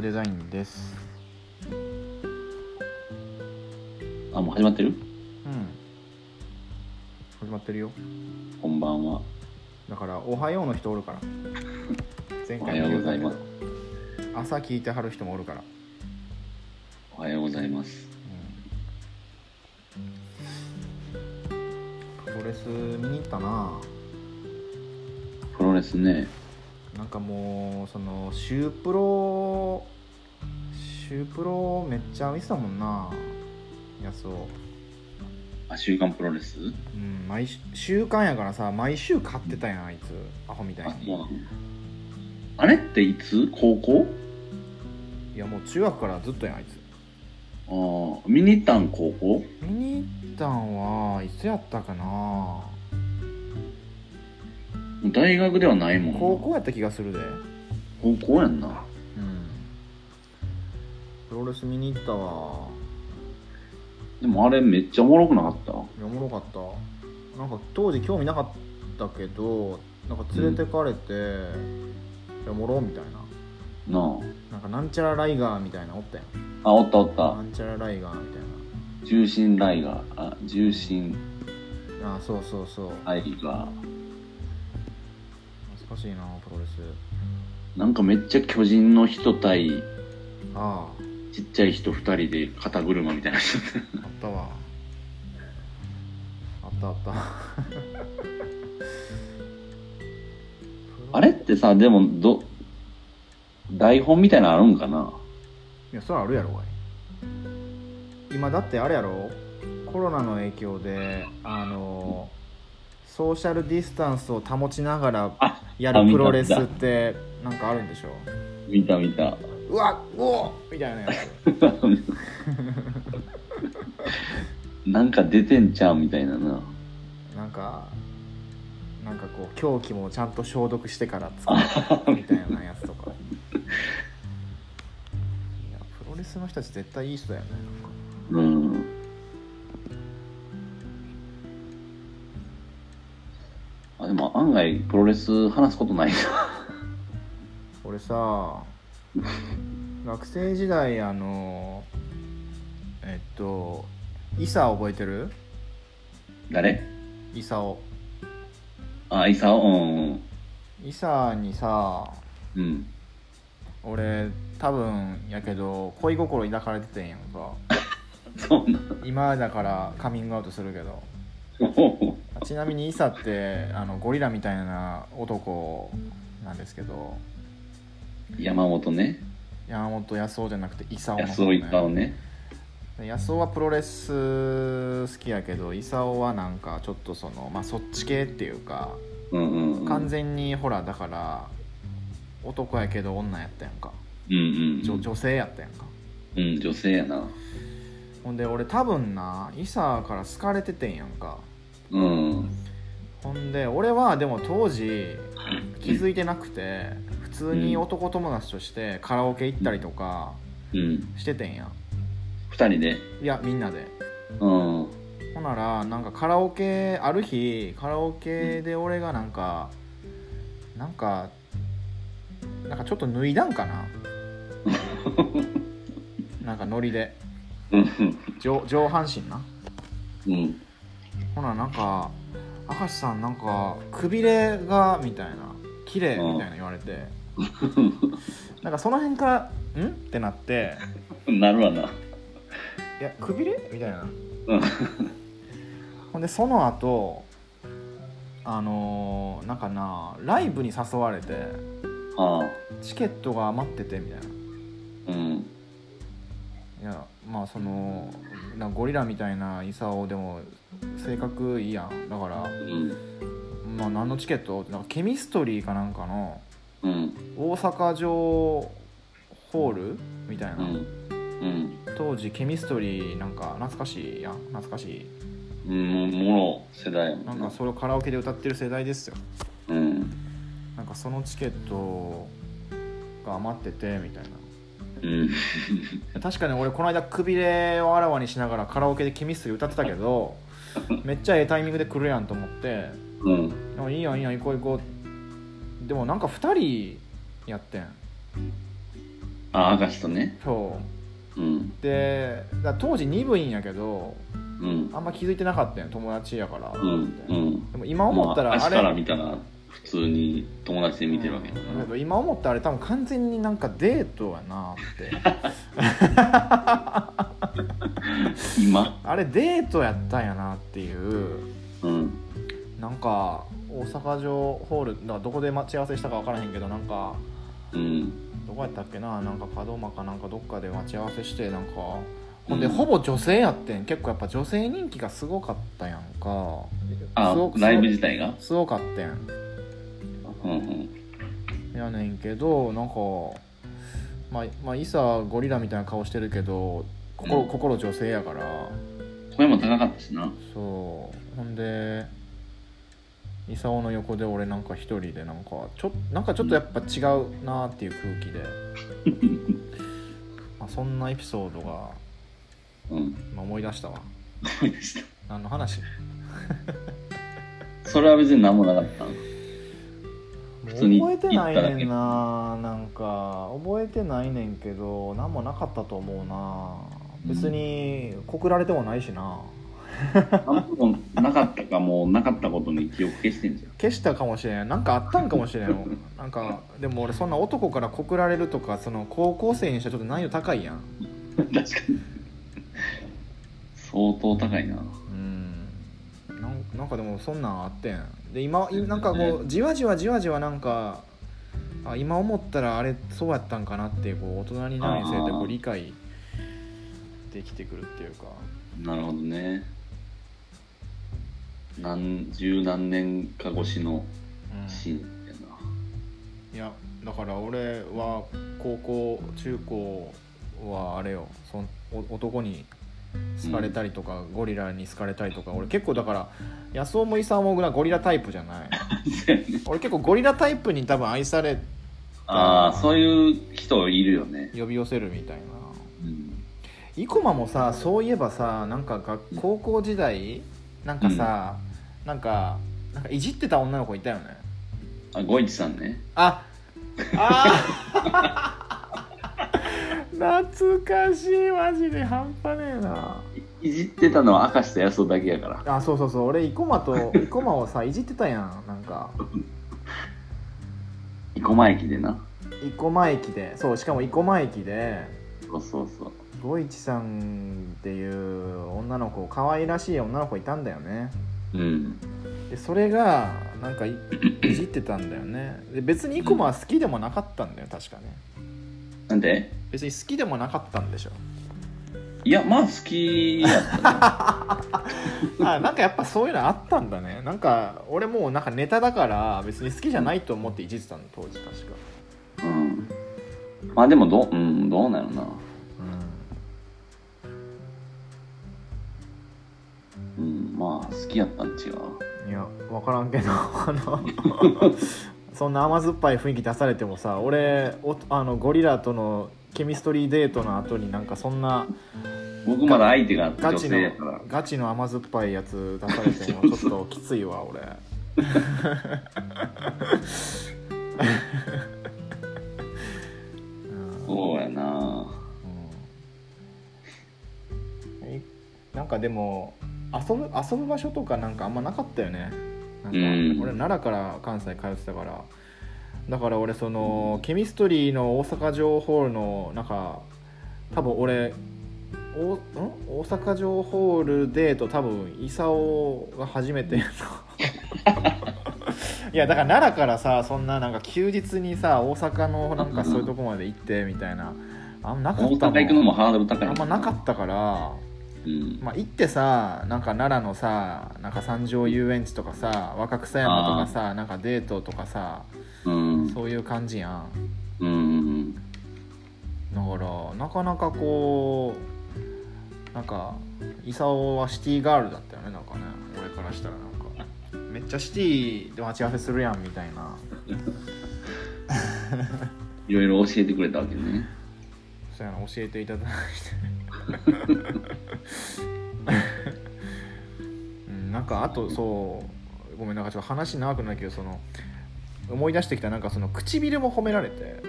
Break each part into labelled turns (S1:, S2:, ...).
S1: デザインです
S2: あ、もう始まってる
S1: うん始まってるよ
S2: こんばんは。
S1: だから「おはよう」の人おるから前
S2: お
S1: 回
S2: はよ
S1: も
S2: う
S1: 言
S2: ご
S1: うたけど
S2: ざいます。
S1: 朝聞いてはる人もおるから、
S2: おはようございます。
S1: うん、プロレス見に行ったな
S2: プロレスね。
S1: なんかもうそのシュープロシュープロめっちゃ見てたもんなやつを
S2: あ、週刊プロレス
S1: うん毎週週間やからさ毎週買ってたやんあいつアホみたい
S2: あ、そう
S1: に
S2: なのあれっていつ高校
S1: いやもう中学からずっとやんあいつ
S2: ああ、見に行ったん高校
S1: 見に行ったんはいつやったかな
S2: 大学ではないもんな。
S1: 高校やった気がするで
S2: 高校やんな。
S1: うんプロレス見に行ったわ
S2: でもあれめっちゃおもろくなかった。
S1: いやおもろかったなんか当時興味なかったけどなんか連れてかれて、いやおもろみたいな
S2: な
S1: なんかなんちゃらライガーみたいなのおったやん
S2: あ。あ、おったおっ
S1: な
S2: た。
S1: んちゃらライガーみたい
S2: 重心ライガー。あ、重心
S1: なあそうそうそう
S2: ライガー。
S1: 懐かしいなプロレス
S2: なんかめっちゃ巨人の人対
S1: ああ
S2: ちっちゃい人二人で肩車みたいな人だった。
S1: あったわあったあった
S2: あれってさ、でも、ど、台本みたいなのあるんかない
S1: やそれあるやろおい今だってあれやろコロナの影響であのソーシャルディスタンスを保ちながら
S2: あ
S1: や
S2: あ
S1: る
S2: 見
S1: プ
S2: た
S1: ロレスってなんかあるんでしょ
S2: 見た見 た。
S1: うわうおみたいなやつ
S2: なんか出てんちゃうみたいなな。
S1: なんかなんかこう凶器もちゃんと消毒してから使うみたいなやつとかいやプロレスの人たち絶対いい人だよねなんか
S2: うん。あ、でも案外プロレス話すことないな。
S1: 俺さ学生時代あのえっとイサ覚えてる
S2: 誰
S1: イサオ
S2: あ、イサオうん
S1: イサにさ
S2: うん。うん。
S1: 俺多分やけど恋心抱かれててんやんか
S2: そうな
S1: 今だからカミングアウトするけど
S2: の。
S1: ちなみにイサってあのゴリラみたいな男なんですけど
S2: 山本ね。
S1: 山本康夫じゃなくてイサオの
S2: 安尾一
S1: 方
S2: を
S1: ね
S2: ね。
S1: 安尾はプロレス好きやけど伊オはなんかちょっとそのまあそっち系っていうか
S2: うんうん、うん。
S1: 完全にほらだから男やけど女やったやんか
S2: うんうん。
S1: 女女性やったやんか
S2: うん、女性やな。
S1: ほんで俺多分な伊佐から好かれててんやんか
S2: うん。
S1: ほんで俺はでも当時気づいてなくて普通に男友達としてカラオケ行ったりとか
S2: うん。
S1: しててんや
S2: 二人で。
S1: いやみんなで
S2: うん。
S1: ほんならなんかカラオケある日カラオケで俺がなんか、なんかなんかちょっと脱いだんかななんかノリで
S2: うん。
S1: 上上半身な
S2: うん。
S1: ほななんか「明石さんなんかくびれが」みたいな「綺麗みたいな言われて、なんかその辺から「ん?」ってなって
S2: なるわな。
S1: 「いやくびれ?」みたいな
S2: うん。
S1: ほんでその後あのーなんかなライブに誘われて
S2: ああ。
S1: チケットが余っててみたいな
S2: うん。
S1: いやまあそのなゴリラみたいなイサオでも性格いいやんだから
S2: う、ん。
S1: まあ、何のチケットなんかケミストリーかなんかの
S2: うん。
S1: 大阪城ホールみたいな、
S2: うん。うん。
S1: 当時ケミストリーなんか懐かしいやん懐かしい
S2: うん、もろ世代やもん
S1: なんかそれをカラオケで歌ってる世代ですよ
S2: うん。
S1: なんかそのチケットが余っててみたいな
S2: うん。
S1: 確かに俺この間くびれをあらわにしながらカラオケで「ケミストリー」歌ってたけどめっちゃええタイミングで来るやんと思って
S2: うん。
S1: 「あいいやんいいやん行こう行こう」でもなんか2人やってん
S2: あ、明石とね。
S1: そ
S2: うん。
S1: うでだから当時鈍いんやけど
S2: うん。
S1: あんま気づいてなかったんや友達やから、
S2: うん。うん。
S1: でも今思ったら
S2: まあ、明
S1: あ
S2: 石
S1: れ、
S2: から見たら、普通に友達で見てるわけだか
S1: うんだけど今思ったらあれ多分完全になんかデートやなって
S2: ら。今。
S1: あれデートやったんやなっていう
S2: うん。
S1: なんか大阪城ホールだからどこで待ち合わせしたか分からへんけどなんか
S2: うん。
S1: どこやったっけななんか門真かなんかどっかで待ち合わせしてなんか
S2: う
S1: ほ
S2: ん
S1: んでほぼ女性やってん結構やっぱ女性人気がすごかったやんか
S2: あ
S1: すご、
S2: ライブ自体が
S1: すごかったやん
S2: うんうん。
S1: やねんけどなんかまあ、まあ、イサゴリラみたいな顔してるけど心,、
S2: うん
S1: 心女性やから
S2: 声も高かったしな。
S1: そうほんでイサオの横で俺なんか一人でなんかちょなんかちょっとやっぱ違うなっていう空 気で、まあ、そんなエピソードが、
S2: うん。
S1: まあ思い出したわ
S2: 思い出した。
S1: 何の話
S2: それは別に何もなかったの普通に
S1: 覚えてないねんななんか覚えてないねんけど何もなかったと思うな別に告られてもないしな
S2: 何もなかったかもうなかったことに記憶消してんじゃん
S1: 消したかもしれんなんかあったんかもしれ んなんかでも俺そんな男から告られるとかその高校生にしてはちょっと難易度高いやん
S2: 確かに相当高いな
S1: うんなんなんかでもそんなんあってんで今いなんかこうじわじわじわじわなんかあ今思ったらあれそうやったんかなってこう大人になるにつれてこ
S2: あ
S1: う
S2: ー
S1: 理解できてくるっていうか
S2: なるほどね何十何年か越しの
S1: うん
S2: シーンやない
S1: やだから俺は高校中高はあれよそんお男に好かれたりとか、ゴリラに好かれたりとか俺結構だから安尾も伊さんもゴリラタイプじゃない
S2: そうやね
S1: 俺結構ゴリラタイプに多分愛され
S2: ああそういう人いるよね、
S1: 呼び寄せるみたいな
S2: うん、
S1: 生駒もさそういえばさなんかが高校時代なんかさ、なんかなんかいじってた女の子いたよね
S2: あゴイチさんね
S1: ああー 懐かしいマジで半端ねえない
S2: いじってたのは明石と安尾だけやから
S1: あそうそうそう俺生駒と生駒をさいじってたやんなんか
S2: 生駒駅でな
S1: 生駒駅でそうしかも生駒駅で
S2: そうそうそう
S1: 五一さんっていう女の子可愛らしい女の子いたんだよね
S2: うん
S1: でそれがなんかいいじってたんだよねで別に生駒は好きでもなかったんだよ確かね
S2: なんで
S1: 別に好きでもなかったんでしょ
S2: いやまあ好きや ったね
S1: あなんかやっぱそういうのあったんだねなんか俺もうなんかネタだから別に好きじゃないと思っていじってたの当時確か
S2: うんまあでもど,、うん、どうなのなうん、まあ好きやったん違う。
S1: うんいや分からんけど あのそんな甘酸っぱい雰囲気出されてもさ俺おあのゴリラとのケミストリーデートの後になんかそんな
S2: 僕まだ相手が
S1: ガ
S2: 女
S1: チ
S2: 性
S1: の
S2: やから。
S1: ガチの甘酸っぱいやつ出されて もちょっときついわ俺 うん
S2: そうやな。
S1: うんえなんかでも遊ぶ遊ぶ場所とかなんかあんまなかったよねなんか
S2: うん
S1: 俺奈良から関西通ってたからだから俺そのケミストリーの大阪城ホールのなんか多分俺おん大阪城ホールでと多分伊佐尾が初めての いやだから奈良からさそんななんか休日にさ大阪のなんかそういうとこまで行ってみたいなあんまなか
S2: 大
S1: ったもん
S2: 阪行くのもハードル高い。
S1: あんまなかったから、
S2: うん。
S1: まあ、行ってさなんか奈良のさなんか三条遊園地とかさ若草山とかさなんかデートとかさ
S2: うん。
S1: そういう感じやん
S2: うん。
S1: だからなかなかこうなんか伊佐尾はシティガールだったよねなんかね俺からしたらなんかめっちゃシティで待ち合わせするやんみたいない
S2: ろいろ教えてくれたわけね。
S1: そうやな教えていただいて うんなんかあとそうごめんなんかちょっと話長くないけどその思い出してきたなんかその唇も褒められて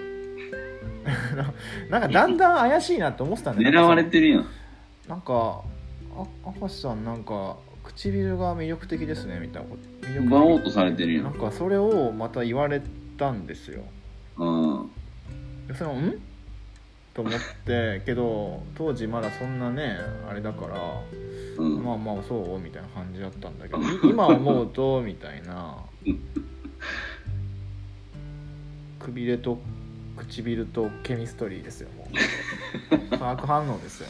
S1: なんかだんだん怪しいなって思ってたんだよ
S2: 狙われてるやん。
S1: なんかあ明石さんなんか唇が魅力的ですねみたいなこと魅力的
S2: 奪おうとされてるや
S1: なん
S2: ん。
S1: かそれをまた言われたんですよ
S2: うん。
S1: でそのんと思ってけど当時まだそんなねあれだから
S2: うん。
S1: まあまあそうみたいな感じだったんだけどい今思うとみたいなくびれと唇とケミストリーですよもう化学反応ですよ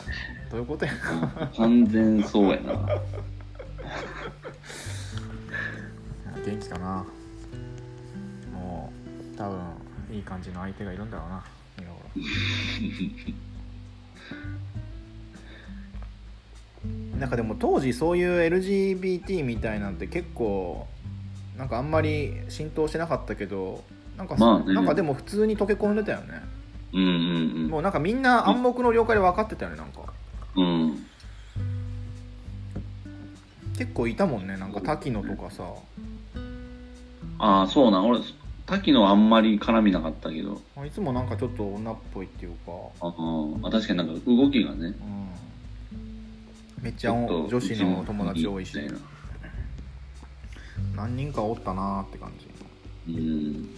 S1: どういうことや
S2: 完全そうやな。
S1: 元気かなもう多分いい感じの相手がいるんだろうな今頃 なんかでも当時そういう LGBT みたいなんて結構なんかあんまり浸透してなかったけどなんか,、
S2: まあね
S1: なんかでも普通に溶け込んでたよね
S2: うんうん
S1: もうなんかみんな暗黙の了解で分かってたよねなんか
S2: うん。うん。
S1: 結構いたもんねなんか滝野とかさ
S2: ああ、そうなん。俺、滝野はあんまり絡みなかったけど。
S1: いつもなんかちょっと女っぽいっていうか
S2: あーあ、確かになんか動きがね。
S1: うんめっ
S2: ち
S1: ちゃ
S2: ょっと
S1: 女子の友達多いし
S2: みたな
S1: 何人かおったなーって感じ
S2: うん。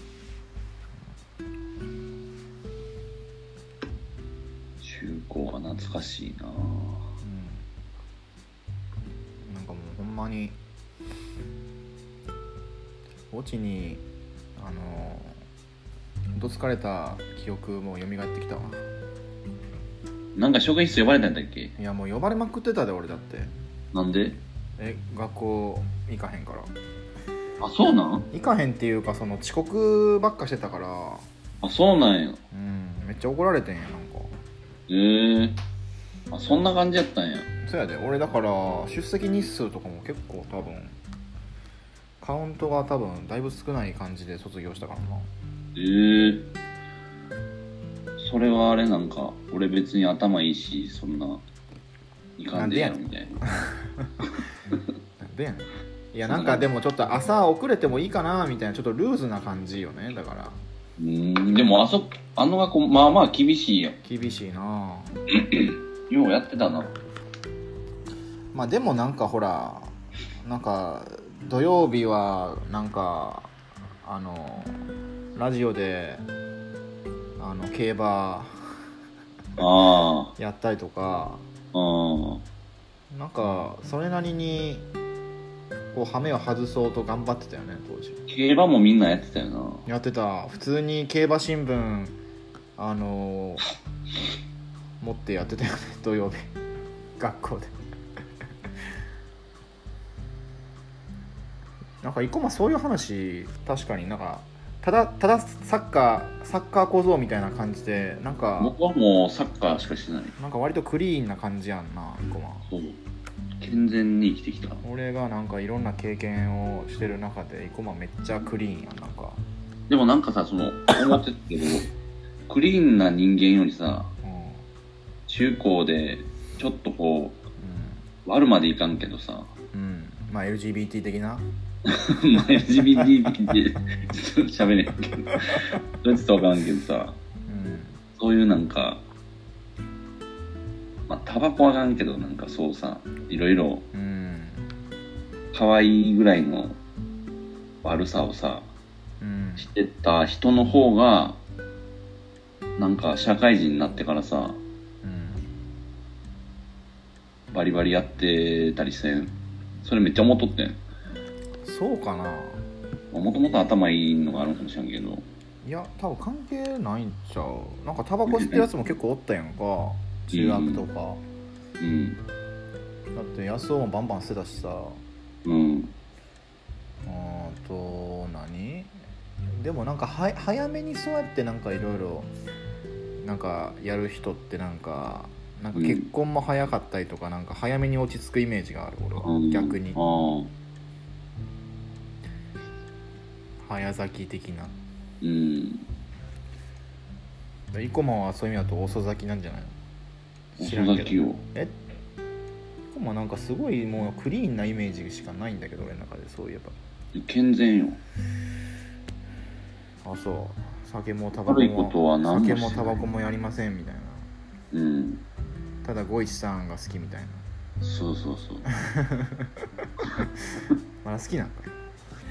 S2: 中高は懐かしいな
S1: うんなんかもうほんまにオチにあのーどつかれた記憶も蘇ってきたわ
S2: なんか職員室呼ばれたんだっけ
S1: いやもう呼ばれまくってたで俺だって
S2: なんで
S1: え学校行かへんから
S2: あ、そうなん
S1: 行かへんっていうかその遅刻ばっかしてたから
S2: あ、そうなんや。
S1: うんめっちゃ怒られてんやなんか
S2: ええあ、そんな感じやったんや。
S1: そうやで俺だから出席日数とかも結構多分カウントが多分だいぶ少ない感じで卒業したからな
S2: ええそれはあれなんか、俺別に頭いいし、そんな、いかんでええやろみたいな。
S1: なんでやねんいやなんかでもちょっと朝遅れてもいいかなみたいなちょっとルーズな感じよねだから
S2: うん、でもあそ、あの学校、まあまあ厳しいやん。
S1: 厳しいな
S2: ようやってたな。
S1: まあでもなんかほらなんか土曜日はなんかあのラジオであの競馬
S2: あ
S1: やったりとか
S2: あ、ああ。
S1: なんかそれなりにこうハメを外そうと頑張ってたよね当時
S2: 競馬もみんなやってたよな。
S1: やってた普通に競馬新聞あのー持ってやってたよね 土曜日学校で なんか生駒そういう話確かになんかただただサッカーサッカー小僧みたいな感じでなんか
S2: 僕はもうサッカーしかしてない。
S1: なんか割とクリーンな感じやんな生駒
S2: そう。健全に生きてきた。
S1: 俺がなんかいろんな経験をしてる中で生駒めっちゃクリーンやんなんか、
S2: でもなんかさ、その、思ってたけど、クリーンな人間よりさ、
S1: うん
S2: 中高で、ちょっとこう、悪までいかんけどさ、
S1: うんうん、まあ LGBT 的な
S2: まあ LGBT で、ちょっと喋れんけど、それちょっとわからんけどさ、
S1: うん
S2: そういうなんか、まあ、タバコはあかんけど、なんかそうさ、いろいろ、
S1: うん
S2: 可愛いぐらいの悪さをさ、
S1: うん
S2: してた人の方がなんか社会人になってからさ
S1: うん
S2: バリバリやってたりせんそれめっちゃ思っとってん
S1: そうかな
S2: もともと頭いいのがあるんかもしれんけど
S1: いや多分関係ないんちゃうなんかタバコ吸ってるやつも結構おったやんか中学とか、
S2: うん
S1: だって安尾もバンバン捨てたしさ
S2: うん
S1: うーんと何でもなんかは早めにそうやってなんかいろいろなんかやる人ってなんかなんか結婚も早かったりとか、なんか早めに落ち着くイメージがある俺
S2: う
S1: は
S2: ん
S1: 逆に
S2: ああ
S1: 早咲き的な
S2: うん
S1: 生駒はそういう意味だと遅咲きなんじゃないの知らん
S2: 遅
S1: け
S2: 咲
S1: ど
S2: き
S1: 生
S2: を
S1: 駒なんかすごいもうクリーンなイメージしかないんだけど俺の中でそういえば
S2: 健全よ
S1: あそう酒もタバコ
S2: 悪いことは
S1: も
S2: 何もし
S1: 酒も
S2: てない
S1: タバコもやりませんみたいな
S2: うん
S1: ただ五一さんが好きみたいな
S2: そうそうそう
S1: まだ好きなんか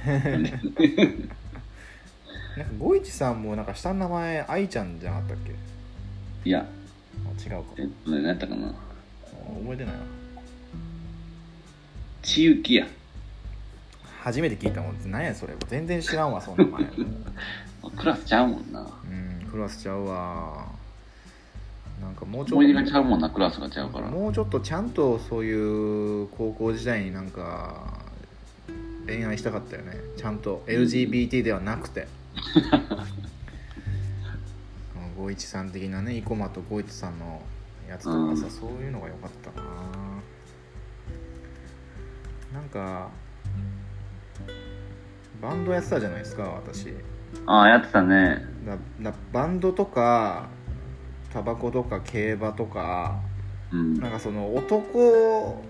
S1: いなんか五一さんもなんか下の名前愛ちゃんじゃなかったっけ
S2: い
S1: あ
S2: や
S1: 違うか
S2: えっとね何やったかな
S1: 覚えてないわ
S2: ちゆきや
S1: 初めて聞いたもん何やそれ全然知らんわその名前
S2: クラスちゃうもんな
S1: うんクラスちゃうわなんかもうちょ
S2: 思い出が
S1: っ
S2: ちゃうもんなクラスがちゃうか
S1: と
S2: ら
S1: もうちょっとちゃんとそういう高校時代になんか恋愛したかったよねちゃんと LGBT ではなく てあの513的なね生駒と513のやつとかさ、
S2: うん
S1: そういうのが良かったななんかバンドやってたじゃないですか私
S2: ああやってたね
S1: だだバンドとかタバコとか競馬とか
S2: うん
S1: なんかその男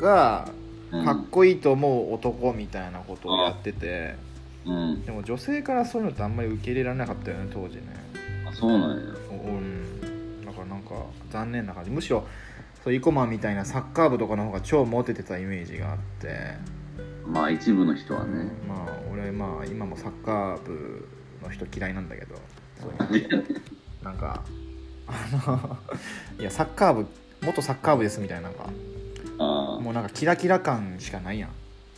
S1: が
S2: うん
S1: かっこいいと思う男みたいなことをやってて、
S2: うん
S1: でも女性からそういうのってあんまり受け入れられなかったよね当時ね
S2: あそうなんや
S1: おうんだからなんか残念な感じむしろそうイコマンみたいなサッカー部とかの方が超モテてたイメージがあって
S2: まあ一部の人はね
S1: まあ俺まあ今もサッカー部の人嫌いなんだけどそういう意味でなんかあのい やサッカー部元サッカー部ですみたいななんか
S2: あ
S1: もうなんかキラキラ感しかないやん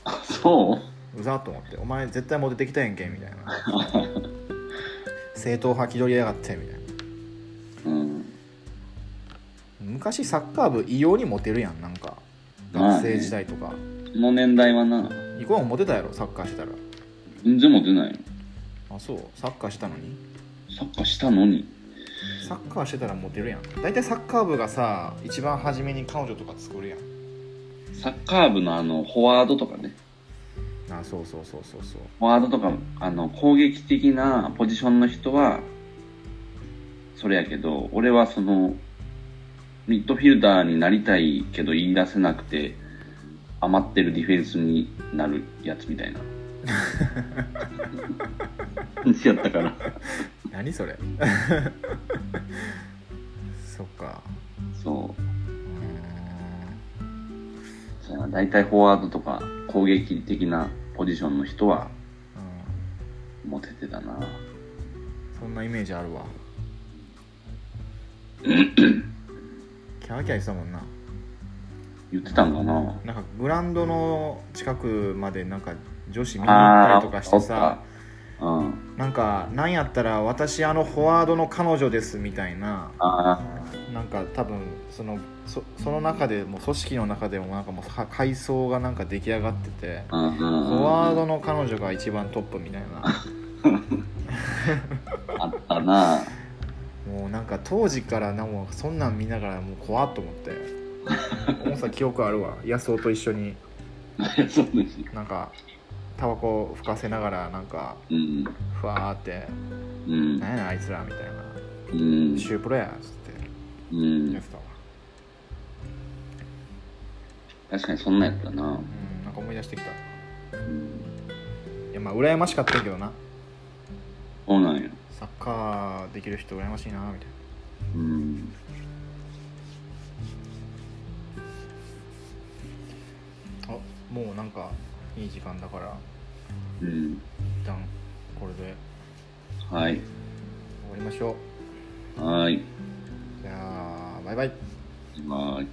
S2: あそう
S1: うざっと思って「お前絶対モテてきたやんけ」みた いな正統派気取りやがってみたいな
S2: うん
S1: 昔サッカー部異様にモテるやんなんか
S2: まあ
S1: 学
S2: ね
S1: 生時代とか、
S2: この年代はな
S1: イコンモテたやろサッカーしてたら
S2: 全然モテないよ
S1: あそうサッカーしたのに
S2: サッカーしたのに
S1: サッカーしてたらモテるやん大体サッカー部がさ一番初めに彼女とか作るやん
S2: サッカー部のあのフォワードとかね
S1: あそうそうそうそうそう
S2: フォワードとかあの攻撃的なポジションの人はそれやけど俺はそのミッドフィルダーになりたいけど言い出せなくて余ってるディフェンスになるやつみたいな感じやったから
S1: 何 それそっか
S2: そう
S1: うーん
S2: そうやな大体フォワードとか攻撃的なポジションの人は
S1: うん
S2: モテてたな
S1: そんなイメージあ るわキャーキャーしたもんな
S2: 言ってたんかな
S1: なんかグラウンドの近くまでなんか女子見に行ったりとかしてさ
S2: あーおったうん
S1: なんかなんやったら私あのフォワードの彼女ですみたいな
S2: あ
S1: なんか多分そのそその中でもう組織の中でもなんかもうは階層がなんか出来上がってて
S2: あうんうん
S1: フ
S2: うん
S1: ォワードの彼女が一番トップみたいな
S2: あったな
S1: もうなんか当時からなもうそんなん見ながらもう怖っと思ってもうさ記憶あるわ安男と一緒に
S2: そうですよ
S1: なんかタバコを吹かせながらなんか
S2: うん
S1: ふわーって
S2: うん
S1: 「何やねんあいつら」みたいな
S2: う
S1: 「
S2: ん
S1: シュープロや」っつって
S2: うん
S1: やってたわ
S2: 確かにそんなんやったな
S1: うんなんか思い出してきたい
S2: うん
S1: やまあ羨ましかったけどな
S2: そうなんや
S1: サッカーできる人羨ましいなみたいな
S2: うん
S1: あもうなんかいい時間だから
S2: うん
S1: 一旦これで
S2: はい
S1: 終わりましょう
S2: はい
S1: じゃあバイバイ
S2: はい